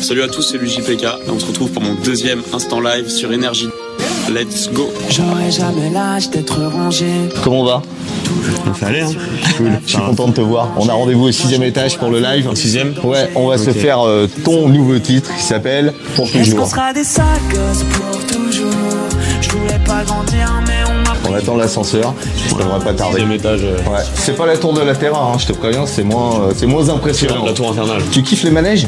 Salut à tous, c'est LuJPK. On se retrouve pour mon deuxième instant live sur Énergie. Let's go. J'aurais jamais l'âge d'être rangé. Comment on va Ça allait, hein Je suis content de te voir. On a rendez-vous au sixième étage pour le live. Au sixième Ouais, on va se Ok. faire euh, ton nouveau titre qui s'appelle Pour Est-ce qu'on toujours. sera des sales gosses pour toujours Je voulais pas grandir, mais on m'a On attend l'ascenseur, ça devrait pas tarder. Deuxième étage, euh, Ouais, c'est pas la tour de la Terra, hein, je te préviens, c'est moins, euh, c'est moins impressionnant. la tour infernale. Tu kiffes les manèges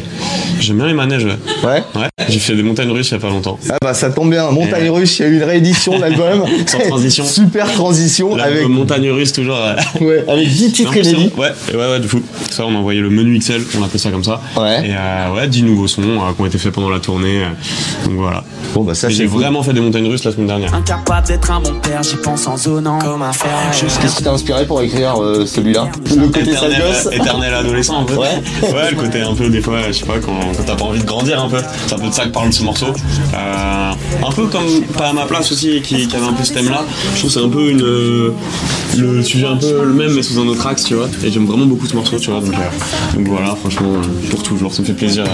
J'aime bien les manèges, ouais. Ouais. Ouais, j'ai fait des montagnes russes il y a pas longtemps. Ah bah ça tombe bien, Montagne Russe, il y a eu une réédition de l'album. Sans transition. Super transition Là, avec, montagne russe toujours. euh, ouais, avec 10 en titres plus, inédits. Ouais, ouais, ouais, de fou. Ça, on envoyait le menu Excel, on appelait ça comme ça. Ouais. Et euh, ouais, 10 nouveaux sons euh, qui ont été faits pendant la tournée. euh, donc voilà. Bon bah ça Mais c'est J'ai cool. vraiment fait des montagnes russes la semaine dernière. incapable d'être un bon père, j'y pense en zonant. Comme un frère. Je Qu'est-ce qui t'a inspiré pour écrire euh, celui-là Le côté sale Éternel, gosse euh, éternel adolescent un peu. Ouais. Ouais, le côté un peu des fois, je sais pas, quand, quand t'as pas envie de grandir un peu. C'est un peu de ça que parle ce morceau. Euh, un peu comme Pas à ma place aussi, qui, qui avait un peu ce thème-là. Je trouve que c'est un peu une, euh, le sujet un peu le même, mais sous un autre axe, tu vois. Et j'aime vraiment beaucoup ce morceau, tu vois. Donc, euh, donc voilà, franchement, euh, pour toujours, ça me fait plaisir.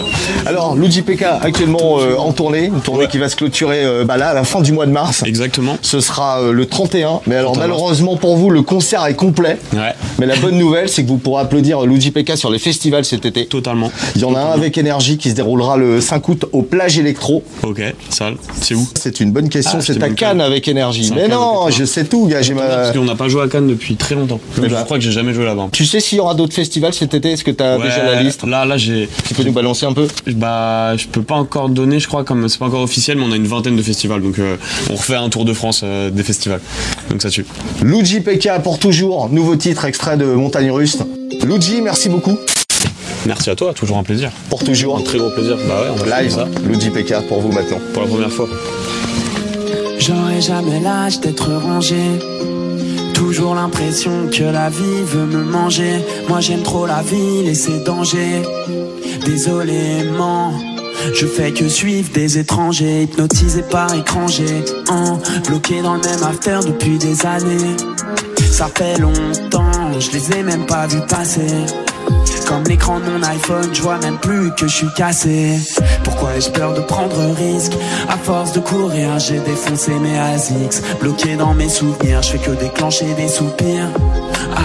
Alors Luigi PK actuellement euh, en tournée, une tournée qui va se clôturer euh, bah là à la fin du mois de mars. Exactement. Ce sera euh, le 31. Mais alors 31. malheureusement pour vous, le concert est complet. Ouais. Mais la bonne nouvelle, c'est que vous pourrez applaudir euh, Luigi PK sur les festivals cet été. Totalement. Il y en a un avec énergie qui se déroulera le 5 août au plage électro. Ok, sale. C'est où C'est une bonne question, Ah, je t'ai c'est à même pas Cannes dit. avec énergie. C'est à Mais Cannes, non, d'accord. je sais tout, gars, j'ai ma... Parce qu'on n'a pas joué à Cannes depuis très longtemps. Eh Je ben. crois que j'ai jamais joué là-bas. Tu sais s'il y aura d'autres festivals cet été Est-ce que t'as déjà la Ouais, liste Là, là, j'ai. Tu peux nous balancer un peu Bah, je peux pas encore donner, je crois, comme c'est pas encore officiel, mais on a une vingtaine de festivals, donc euh, on refait un tour de France euh, des festivals. Donc ça tue. Luigi PK pour toujours, nouveau titre extrait de Montagne Russe. Luigi, merci beaucoup Merci à toi, toujours un plaisir. pour toujours. Très gros plaisir. Bah ouais, on va Live, faire ça Luigi PK pour vous maintenant. pour la première fois. J'aurais jamais l'âge d'être rangé. Toujours l'impression que la vie veut me manger. Moi j'aime trop la ville et ses dangers. Désolément, je fais que suivre des étrangers, hypnotisés par écran géant, bloqué dans le même after depuis des années. Ça fait longtemps, je les ai même pas vus passer. Comme l'écran de mon iPhone, je vois même plus que je suis cassé. Pourquoi ai-je peur de prendre risque À force de courir, j'ai défoncé mes ASICS. Bloqué dans mes souvenirs, je fais que déclencher des soupirs.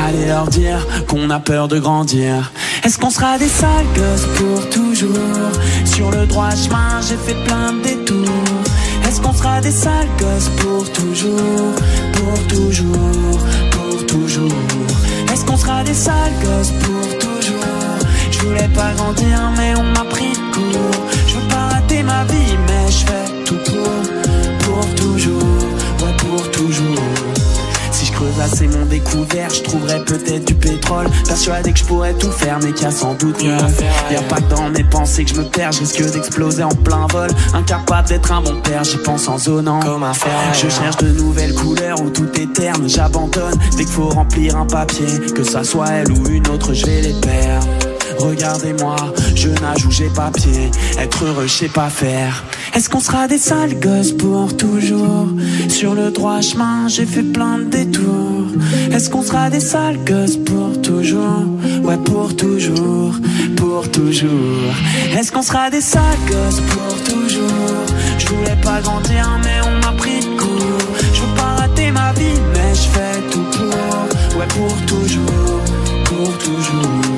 Allez leur dire qu'on a peur de grandir. Est-ce qu'on sera des sales gosses pour toujours Sur le droit chemin, j'ai fait plein de détours. Est-ce qu'on sera des sales gosses pour toujours, pour toujours, pour toujours Est-ce qu'on sera des sales gosses pour toujours Je voulais pas grandir mais on m'a pris de court Je veux pas rater ma vie mais je fais tout pour, pour toujours, ouais pour toujours si je creuse assez mon découvert, je trouverais peut-être du pétrole. Persuadé que je pourrais tout faire, mais qu'il y a sans doute mieux. Y a pas que dans mes pensées que je me perds, je risque d'exploser en plein vol. Incapable d'être un bon père, j'y pense en zonant. Comme un Je cherche de nouvelles couleurs où tout est terne, j'abandonne. Dès qu'il faut remplir un papier, que ça soit elle ou une autre, je vais les perdre. Regardez-moi, je nage où j'ai pas pied. Être heureux, je sais pas faire. Est-ce qu'on sera des sales gosses pour toujours Sur le droit chemin, j'ai fait plein de détours. Est-ce qu'on sera des sales gosses pour toujours Ouais, pour toujours, pour toujours. Est-ce qu'on sera des sales gosses pour toujours Je voulais pas grandir, mais on m'a pris de court. Je veux pas rater ma vie, mais je fais tout pour. Ouais, pour toujours, pour toujours.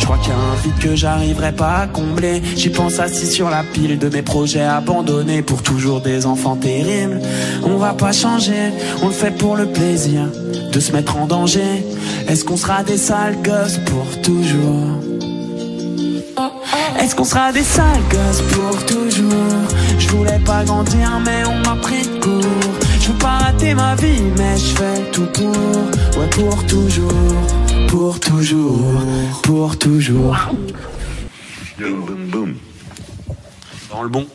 Je crois qu'il y a un vide que j'arriverai pas à combler. J'y pense assis sur la pile de mes projets abandonnés pour toujours des enfants terribles. On va pas changer, on le fait pour le plaisir de se mettre en danger. Est-ce qu'on sera des sales gosses pour toujours? Est-ce qu'on sera des sales gosses pour toujours Je voulais pas grandir mais on m'a pris de court Je veux pas rater ma vie mais je fais tout pour Ouais pour toujours Pour toujours Pour toujours Boom, boom, boom. Dans le bon